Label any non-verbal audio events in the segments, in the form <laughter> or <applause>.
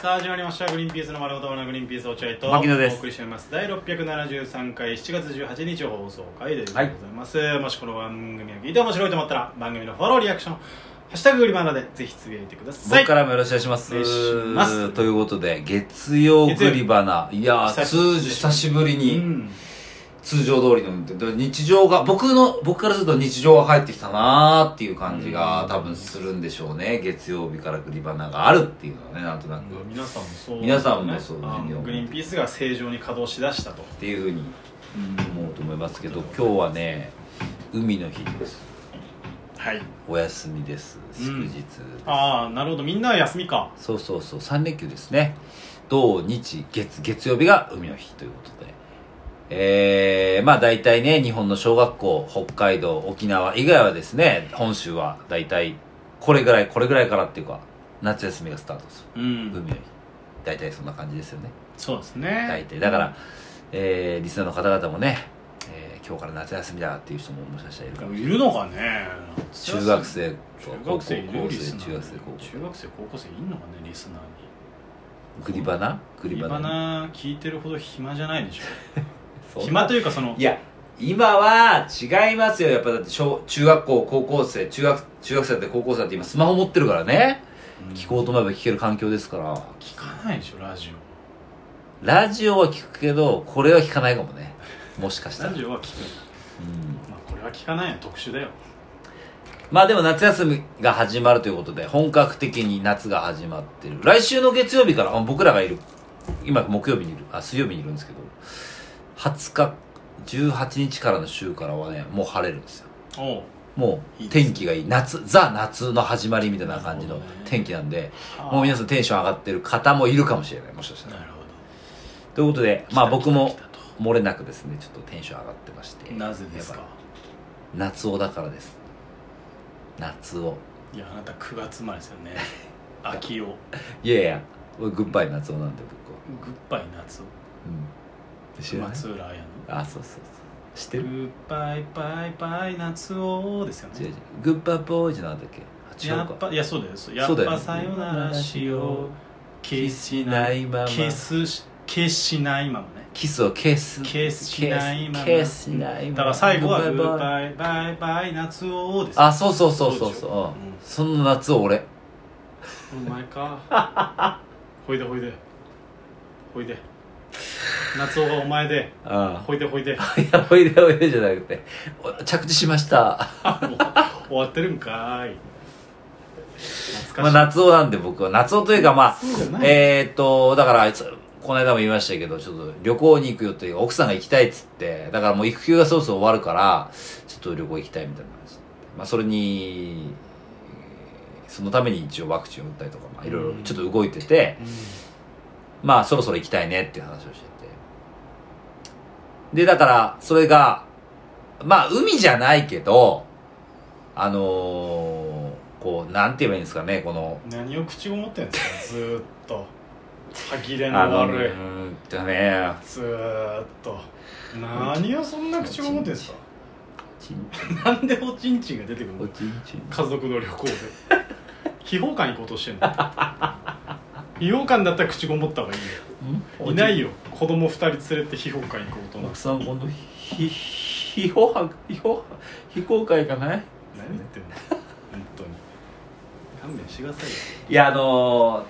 さあ始まりました「グリーンピースの丸ごとバナグリーンピースお茶屋と」牧野ですお送りしております第673回7月18日放送回でございます、もしこの番組が聞いて面白いと思ったら番組のフォローリアクション「ハッシュタググリマナ」でぜひつぶやいてください僕からもよろしくお願いします。お願いしますということで、月曜グリバナ。いやー、久し通久しぶりうにん通常通りの運転。で日常が、僕の、僕からすると日常が入ってきたなーっていう感じうがん多分するんでしょうね。月曜日からグリバナがあるっていうのはね、なんとなく。っ皆さんもそう、皆さんもそうあのグリーンピースが正常に稼働しだしたとていうふうに思うと思いますけど、今日はね、海の日です。はいお休みです。うん祝日です。ああなるほどみんなは休みかそうそうそう、3連休ですね。土日月、月曜日が海の日ということで。えー、まあ大体ね、日本の小学校、北海道、沖縄以外はですね、本州は大体これぐらい、これぐらいからっていうか、夏休みがスタートすうる。海んの日。大体そんな感じですよね。そうですね大体。だから、えー、リスナーの方々もね、えー今日から夏休みだっていう人ももしかしたらいるかもしれない。いるのかね中学生と中高校学生生、い中るリ学スナ生、ー中学生、高校生中。学生高校生いんのかねリスナーにグリバナグリリババナ。ナ聞いてるほど暇じゃないでしょそう暇というかそのいや、今は違いますよ。やっぱだって小、中学校、高校生、中学、中学生だって高校生だって今スマホ持ってるからね。うん聞こうと思えば聞ける環境ですから。聞かないでしょラジラジオは聞くけど、これは聞かないかもね。もしかしオたら。ラうんジオは聞く、まあ、これは聞かないの特殊だよまあでも夏休みが始まるということで、本格的に夏が始まってる。来週の月曜日から、あ僕らがいる。今木曜日にいる。あ、水曜日にいるんですけど、20日、18日からの週からはね、もう晴れるんですよ。おうもいいうですね天気がいい夏ザ夏の始まりみたいな感じのなるほどね天気なんで、あーもう皆さんテンション上がってる方もいるかもしれないもしかしたならるほどということでまあ来た来た僕も来たと漏れなくですねちょっとテンション上がってましてなぜですやかっぱ夏男だからです夏男いやあなた9月生まれですよ <laughs> ね秋をグいやいや俺グッバイ夏男なんで僕ッバはイ夏をうん知らない松浦綾のあそうそうそう知ってグるッバイバイバイ夏をですよ違う違うねグッバイボーイじゃなかったっけあ違やうっかぱいやそうだよそうやそっうだよぱねさよならしようキスしないままキスしキスしないままねキスをケースケースしないままケースしないまだかまら最後はバイグバイッバイバイバイ夏をですよあそうそうそうそそうそううでしょううんんその夏を俺お前かほいでほいでほいで夏男がお前であほいでほいでいや <laughs> おいでおいでじゃなくてお着地しましたもう終わってるんかーいまあ懐かし夏男なんで僕は夏男というかまあそうじゃないえーっとだからあいつこの間も言いましたけどちょっと旅行に行くよって奥さんが行きたいっつってだからもう育休がそろそろ終わるからちょっと旅行行きたいみたいな話まあそれにえーそのために一応ワクチンを打ったりとかまあいろいろちょっと動いてて、い、うんまあそろそろ行きたいねっていう話をしてて。で、だから、それが、まあ海じゃないけど、あのーこう、なんて言えばいいんですかね、この、何を口ごもってんですかずーっと歯切れのあの悪いうーんとね、ずーっと何をそんな口ごもってんですかおちんなんでおちんちんが出てくるおのちんちん。家族の旅行で秘宝館行こうとしてんの秘宝館だったら口ごもった方がいいよいないよ。よ子供二人連れて秘宝館行こうと思って奥さん、今度、ひ、ひ、非公開、非公開、非公開かない何言ってんの本当に勘弁してくださいよいや、あのー、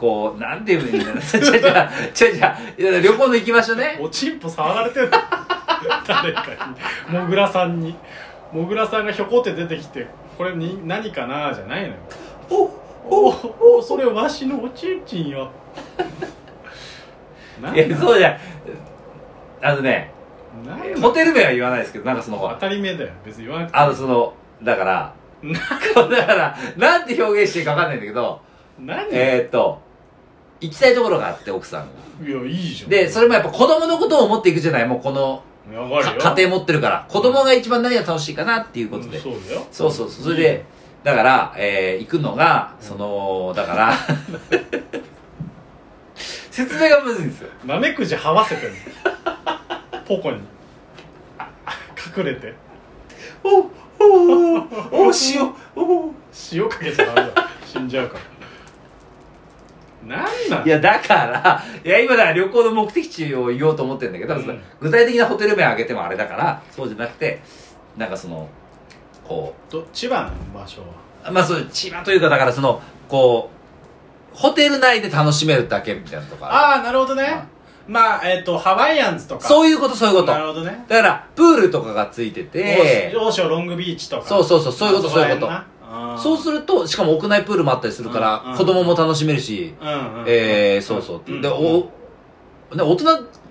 こう、なんて言えばいいんだろうな。ちゃちゃちゃちゃいや旅行の行きましょうね。おちんぽ触られてる誰かにもぐらさんにもぐらさんがひょこって出てきてこれに何かなじゃないのよおおおそれわしのおちんちんよなんいだや、そうじゃん。あのね、なんだホテル名は言わないですけど、なんかそ当の、たり目だよ別に言わなくてあの、その、だから、だから、なんて表現していいかわかんないんだけど、何、えーっと、行きたいところがあって、奥さんが。いやいいじゃんで、それもやっぱ子供のことを思っていくじゃない、もうこの、わかかるよ家庭持ってるから。子供が一番何が楽しいかなっていうことうでん。そうだよそうそうそう。それで、だから、えー行くのが、その、だから、説明がむずいんですよ。なめくじはわせてるポコに隠れてお、お、お、お、塩、お、塩かけちゃダメだ死んじゃうからなんなん <laughs> いや、だから、いや、今だから旅行の目的地を言おうと思ってるんだけど、うん具体的なホテル名あげてもあれだから、そうじゃなくて、なんかその、こと千葉の場所はう、まあそう、千葉というか、だからその、こう、ホテル内で楽しめるだけみたいなとか。ああなるほどねまあえっ、とハワイアンズとかうそういうこと、そういうこと。なるだほどねから、プールとかがついてて、大潮ロングビーチとかそうそうそう、そういうこと、そういうこと。とそうすると、しかも屋内プールもあったりするかうんうらん、子供も楽しめるし、うんうんえー、そうそう。んで、お、ね大人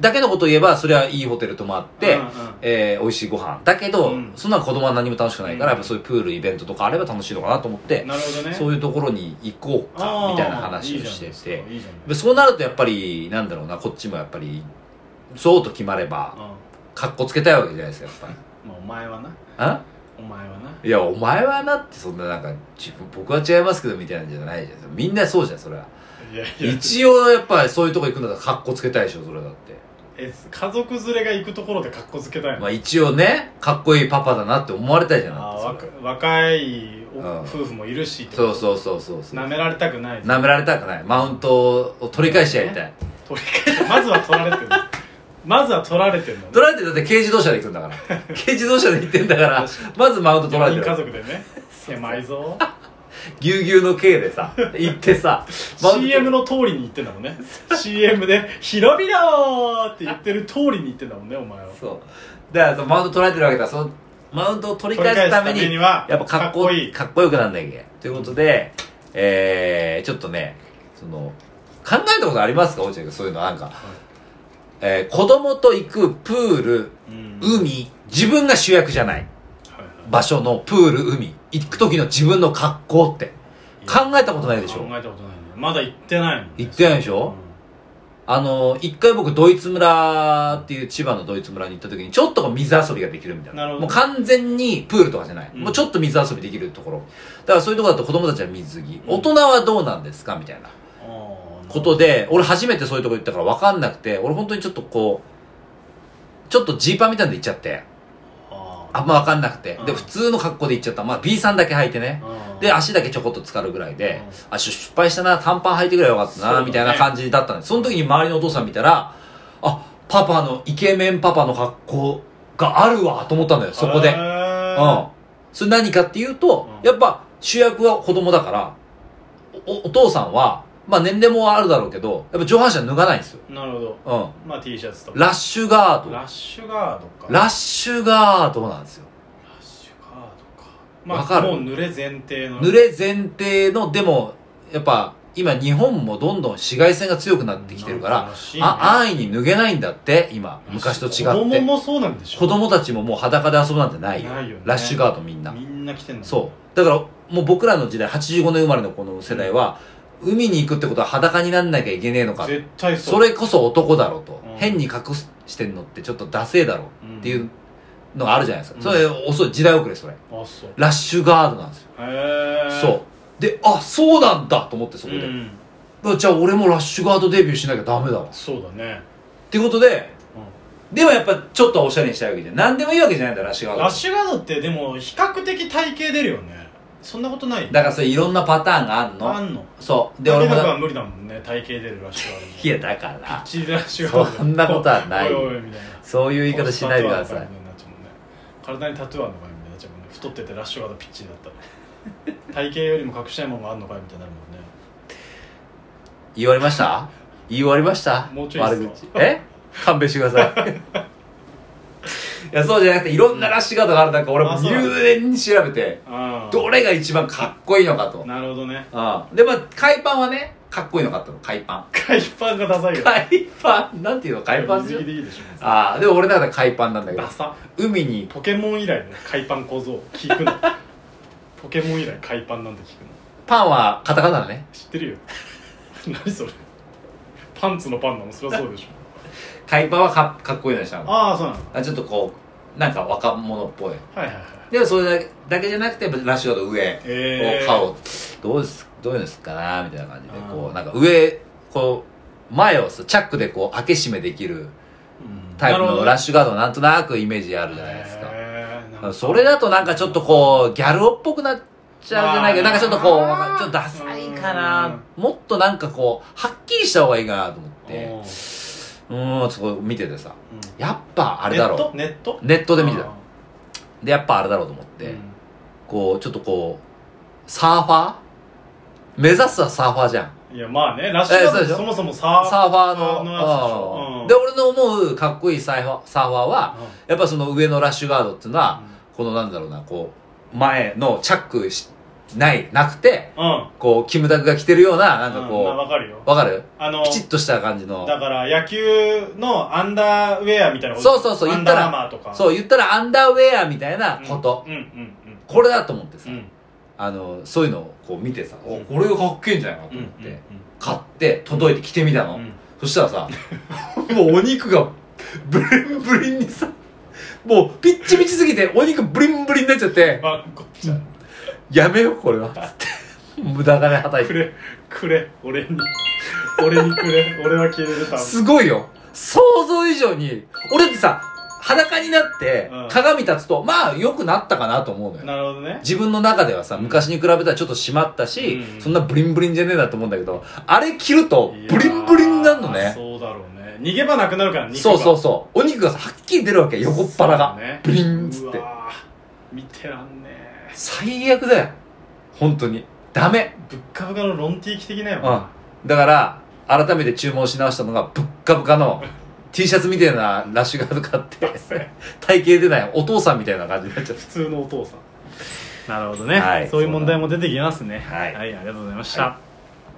だけのことを言えば、それはいいホテル泊まって、うんうんえー美味しいご飯。だけど、うんそんなの子供は何も楽しくないから、うんやっぱそういうプール、イベントとかあれば楽しいのかなと思って、なるほどねそういうところに行こうあか、ーみたいな話をしてて。いいじゃないでですかそうなるとやっぱり、なんだろうな、こっちもやっぱり、そうと決まれば、うんかっこつけたいわけじゃないですか、やっぱ <laughs> り。まあお前はなあお前はないや、お前はなって、そんななんか、自分、僕は違いますけど、みたいなんじゃないじゃん。みんなそうじゃん、それは。いやいや一応、やっぱりそういうとこ行くんだったら、かっこつけたいでしょ、それだって。え家族連れが行くところで格好つけたいのまあ一応ね、かっこいいパパだなって思われたいじゃあないですか。ー若若いおうん夫婦もいるしそううそうそうそうそう。舐められたくない舐められたくない。マウントを取り返してやりたい。取り返まずは取られてるまずは取られてるの取られてだって軽自動車で行くん <laughs> だから。軽自動車で行ってんだから、まずマウント取られ4人家てる。族でね狭いぞぎゅうぎゅうの軽でさ、行って <laughs> さ、マウント CM の通りに言ってんだもんね CM で「広々!」って言ってる通りに言ってんだもんねお前はそう。だからそのマウント取られてるわけだから、そのマウントを取り返すため取り返すために、にやはっぱかかっこっこいいかっこよくなんなきゃいけない。ということで、えー、ちょっとね、その、考えたことありますか落合君、そういうのなんか。えー、子供と行くプール、うんはい海、自分が主役じゃない。はい場所のプール海行く時の自分の格好って考えたことないでしょ考えたことないねまだ行ってないもんね行ってないでしょあの一回僕ドイツ村っていう千葉のドイツ村に行った時にちょっとこう水遊びができるみたいななるほどもう完全にプールとかじゃない、うんもうちょっと水遊びできるところだからそういうところだと子供たちは水着うん大人はどうなんですかみたいなことでで俺初めてそういうとこ行ったから分かんなくて俺本当にちょっとこうちょっとジーパンみたいなので行っちゃってあんま分かんなくてうでん普通の格好で行っちゃったまあ B さんだけ履いてね、で、足だけちょこっと浸かるぐらいで、あ、し失敗したな、短パン履いてくればよかっそたうな、だねみたいな感じだったんです。その時に周りのお父さん見たら、あ、パパの、イケメンパパの格好があるわ、と思ったんだよ、そこで。うん。それ何かっていうと、うんやっぱ主役は子供だから、お、お父さんは、まあ年齢もあるだろうけど、やっぱ上半身は脱がないんですよ。うんなるほどうん。まあ T シャツとかラッシュガード。ラッシュガードかラッシュガードなんですよ。ラッシュガードかわかまあるもう濡れ前提の濡れ前提の、でも、やっぱ、今日本もどんどん紫外線が強くなってきてるから、あ、あ安易に脱げないんだって、今。昔と違子っ供て。もそうなんでしょ子供たちももう裸で遊ぶなんてないよ。ないよねラッシュガードみんな。みんな来てんのそう。だから、もう僕らの時代、85年生まれのこの世代は、海に行くってことは裸になんなきゃいけねえのか。絶対そうそれこそ男だろうとうん。変に隠してんのってちょっとダセえだろうっていうのがあるじゃないですうか。んそれ、遅い。時代遅れ、それ。あそうラッシュガードなんですよ。へえそう。で、あ、そうなんだと思ってそこで。んじゃあ俺もラッシュガードデビューしなきゃダメだわ。っそうだねていうことで、うんでもやっぱちょっとはおしゃれにしたいわけじゃん。何でもいいわけじゃないんだよ、ラッシュガードラッシュガードってでも比較的体型出るよねそんなことないだからそれいろんなパターンがあんの。あんのそう。で、で俺俺ももはだ。無理だもんね体型出るラッシュガードいや、だから。チリラッシュガードそんなことはないおいおいみたいなそういう言い方しないでください。体にタトゥーあんのかいみたいになっちゃうもんね太っててラッシュガードピッチリだったら体型よりも隠したいものがあんのかいみたいになるもんね言い終わりました言い終わりましたもうちょいっす悪よ口。え勘弁してください。いや、そうじゃなくて、いろんなラッシュガードがある中、俺もあそうなんだ入念に調べて、ああどれが一番かっこいいのかと。うん。なるほどねで、まあ、海パンはね、かっこいいのかったの。海パン。海パンがダサいよ海パン <laughs> なんていうの海パンで水しょ着でいいでしょああ、でも俺だから海パンなんだけどダ。サ海にポケモン以来の海パン小僧聞くのポケモン以来海パンなんて聞くのパンはカタカナだね知ってるよ何それパンツのパンなのそりゃそうでしょ海パンはかかっこいいのにしたのああそうなのあちょっとこうなんか若者っぽいはいはいはいでもそれだけだけじゃなくてやっぱラッシュガード上えをー顔、どうですどういうのですかなみたいな感じであーこうなんか上こう前をさチャックでこう開け閉めできるうんタイプなるほのどラッシュガードなんとなくイメージあるじゃないですかへーなんかそれだとなんかちょっとこうギャル男っぽくなっちゃうじゃないけどあなーんかちょっとこうわかんちょっとダサいかな、もっとなんかこう、はっきりした方がいいかなと思って、おーうーん、そこ見ててさ、うんやっぱあれだろう。ネットネットネットで見てたあ。で、やっぱあれだろうと思っーて、うんこう、ちょっとこう、サーファー目指すはサーファーじゃん。いやまあねラッシュえガーそうーでしょドそもそもさサーファーの。あのやつでしょううんんで、俺の思うかっこいいサーファーサーファーは、やっぱその上のラッシュガードっていうのは、このなんだろうな、こう、前のチャックしない、なくて、うんうんこう、キムタクが着てるような、なんかうんまあこわかるよう、わかるあのきちっとした感じの。だから野球のアンダーウェアみたいなことそうそうそうア言っンたダーらラマーとかうそう、言ったらアンダーウェアみたいなこと。んうんうんこれだと思ってさう、んあの、そういうのをこう見てさ、うお、んこれがかっけえんじゃないかとうんうん思って、買って、届いて着てみたうの。んそしたらさ、 <laughs> もうお肉がブリンブリンにさ、もうピッチピチすぎてお肉ブリンブリンになっちゃって、あこっちゃやめようこれは。つ <laughs> って。無駄金叩いくて。れくれ俺に俺にくれ俺は消えれたすごいよ。想像以上に、俺ってさ、裸になってうん鏡立つと、まあ良くなったかなと思うのよ。なるほどね自分の中ではさ、昔に比べたらちょっと締まったし、うんそんなブリンブリンじゃねえなと思うんだけど、あれ着るといやーブリンブリンになるのね。そうだろうね逃げ場なくなるから肉がそうそうそう。お肉がさ、はっきり出るわけ、横っ腹がそう。ねブリンっつってうわー見てらんねえ最悪だよ本当にダメぶっかぶかのロン T 着てきなようんだから改めて注文し直したのがぶっかぶか <laughs> の T シャツみたいなラッシュガード買って体型出ないお父さんみたいな感じになっちゃっ普通のお父さんなるほどね、はいそういう問題も出てきますねはいありがとうございました、は